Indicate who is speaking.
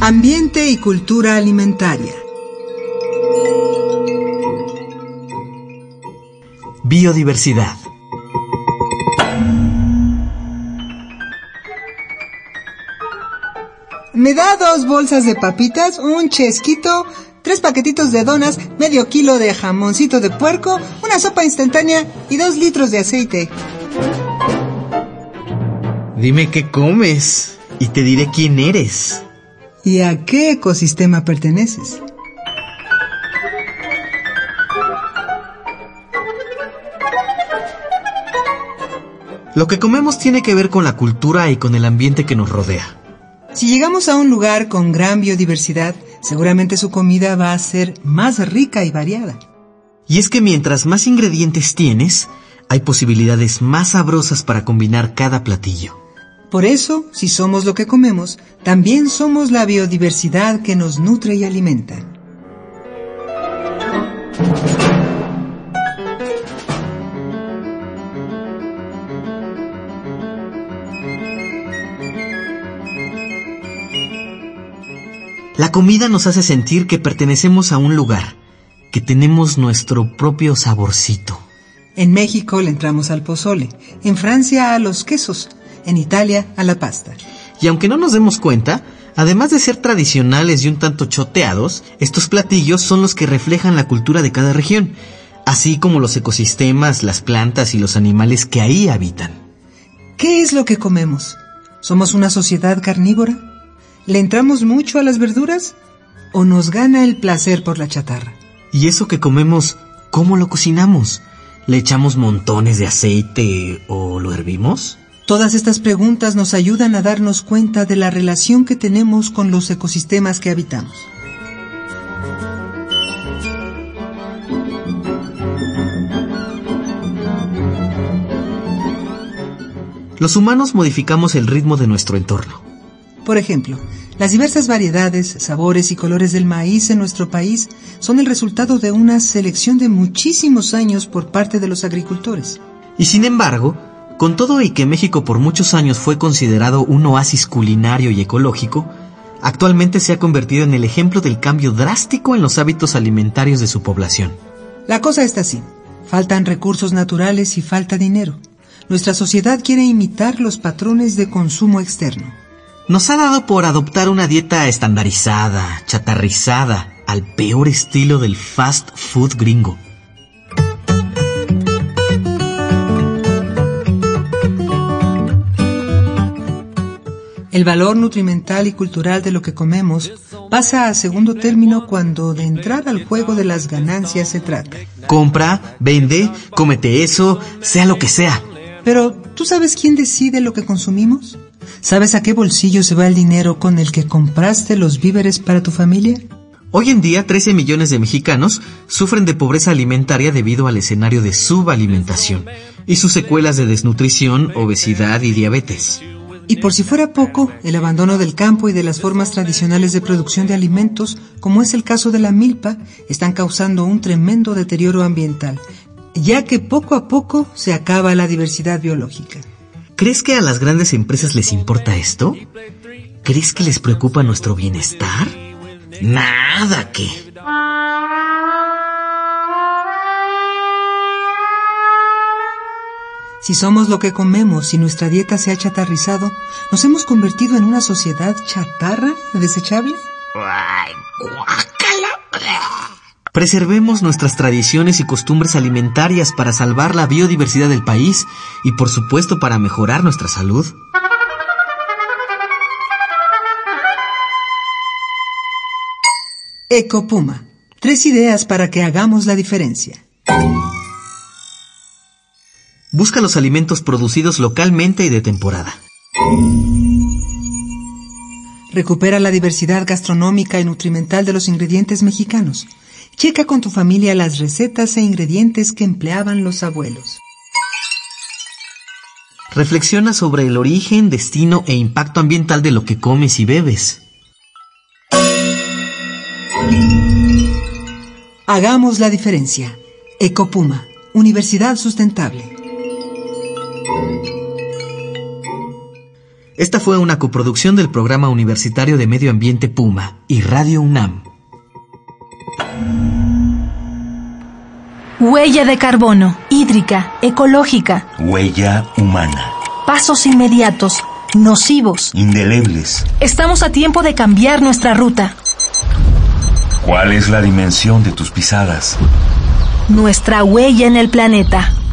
Speaker 1: Ambiente y cultura alimentaria.
Speaker 2: Biodiversidad.
Speaker 1: Me da dos bolsas de papitas, un chesquito, tres paquetitos de donas, medio kilo de jamoncito de puerco, una sopa instantánea y dos litros de aceite.
Speaker 2: Dime qué comes y te diré quién eres.
Speaker 1: ¿Y a qué ecosistema perteneces?
Speaker 2: Lo que comemos tiene que ver con la cultura y con el ambiente que nos rodea.
Speaker 1: Si llegamos a un lugar con gran biodiversidad, seguramente su comida va a ser más rica y variada.
Speaker 2: Y es que mientras más ingredientes tienes, hay posibilidades más sabrosas para combinar cada platillo.
Speaker 1: Por eso, si somos lo que comemos, también somos la biodiversidad que nos nutre y alimenta.
Speaker 2: La comida nos hace sentir que pertenecemos a un lugar, que tenemos nuestro propio saborcito.
Speaker 1: En México le entramos al pozole, en Francia a los quesos, en Italia a la pasta.
Speaker 2: Y aunque no nos demos cuenta, además de ser tradicionales y un tanto choteados, estos platillos son los que reflejan la cultura de cada región, así como los ecosistemas, las plantas y los animales que ahí habitan.
Speaker 1: ¿Qué es lo que comemos? ¿Somos una sociedad carnívora? ¿Le entramos mucho a las verduras o nos gana el placer por la chatarra?
Speaker 2: ¿Y eso que comemos, cómo lo cocinamos? ¿Le echamos montones de aceite o lo hervimos?
Speaker 1: Todas estas preguntas nos ayudan a darnos cuenta de la relación que tenemos con los ecosistemas que habitamos.
Speaker 2: Los humanos modificamos el ritmo de nuestro entorno.
Speaker 1: Por ejemplo, las diversas variedades, sabores y colores del maíz en nuestro país son el resultado de una selección de muchísimos años por parte de los agricultores.
Speaker 2: Y sin embargo, con todo y que México por muchos años fue considerado un oasis culinario y ecológico, actualmente se ha convertido en el ejemplo del cambio drástico en los hábitos alimentarios de su población.
Speaker 1: La cosa está así. Faltan recursos naturales y falta dinero. Nuestra sociedad quiere imitar los patrones de consumo externo
Speaker 2: nos ha dado por adoptar una dieta estandarizada, chatarrizada, al peor estilo del fast food gringo.
Speaker 1: El valor nutrimental y cultural de lo que comemos pasa a segundo término cuando de entrar al juego de las ganancias se trata.
Speaker 2: Compra, vende, cómete eso, sea lo que sea.
Speaker 1: Pero, ¿tú sabes quién decide lo que consumimos? ¿Sabes a qué bolsillo se va el dinero con el que compraste los víveres para tu familia?
Speaker 2: Hoy en día, 13 millones de mexicanos sufren de pobreza alimentaria debido al escenario de subalimentación y sus secuelas de desnutrición, obesidad y diabetes.
Speaker 1: Y por si fuera poco, el abandono del campo y de las formas tradicionales de producción de alimentos, como es el caso de la milpa, están causando un tremendo deterioro ambiental, ya que poco a poco se acaba la diversidad biológica.
Speaker 2: ¿Crees que a las grandes empresas les importa esto? ¿Crees que les preocupa nuestro bienestar? Nada que.
Speaker 1: Si somos lo que comemos y nuestra dieta se ha chatarrizado, ¿nos hemos convertido en una sociedad chatarra desechable?
Speaker 2: Ay, Preservemos nuestras tradiciones y costumbres alimentarias para salvar la biodiversidad del país y por supuesto para mejorar nuestra salud.
Speaker 1: Ecopuma. Tres ideas para que hagamos la diferencia.
Speaker 2: busca los alimentos producidos localmente y de temporada.
Speaker 1: Recupera la diversidad gastronómica y nutrimental de los ingredientes mexicanos. Checa con tu familia las recetas e ingredientes que empleaban los abuelos.
Speaker 2: Reflexiona sobre el origen, destino e impacto ambiental de lo que comes y bebes.
Speaker 1: Hagamos la diferencia. Ecopuma, Universidad Sustentable.
Speaker 2: Esta fue una coproducción del Programa Universitario de Medio Ambiente Puma y Radio UNAM.
Speaker 3: Huella de carbono, hídrica, ecológica,
Speaker 4: Huella humana.
Speaker 3: pasos inmediatos, nocivos.
Speaker 4: Indelebles.
Speaker 3: Estamos a tiempo de cambiar nuestra ruta.
Speaker 4: ¿Cuál es la dimensión de tus pisadas?
Speaker 3: Nuestra huella en el planeta.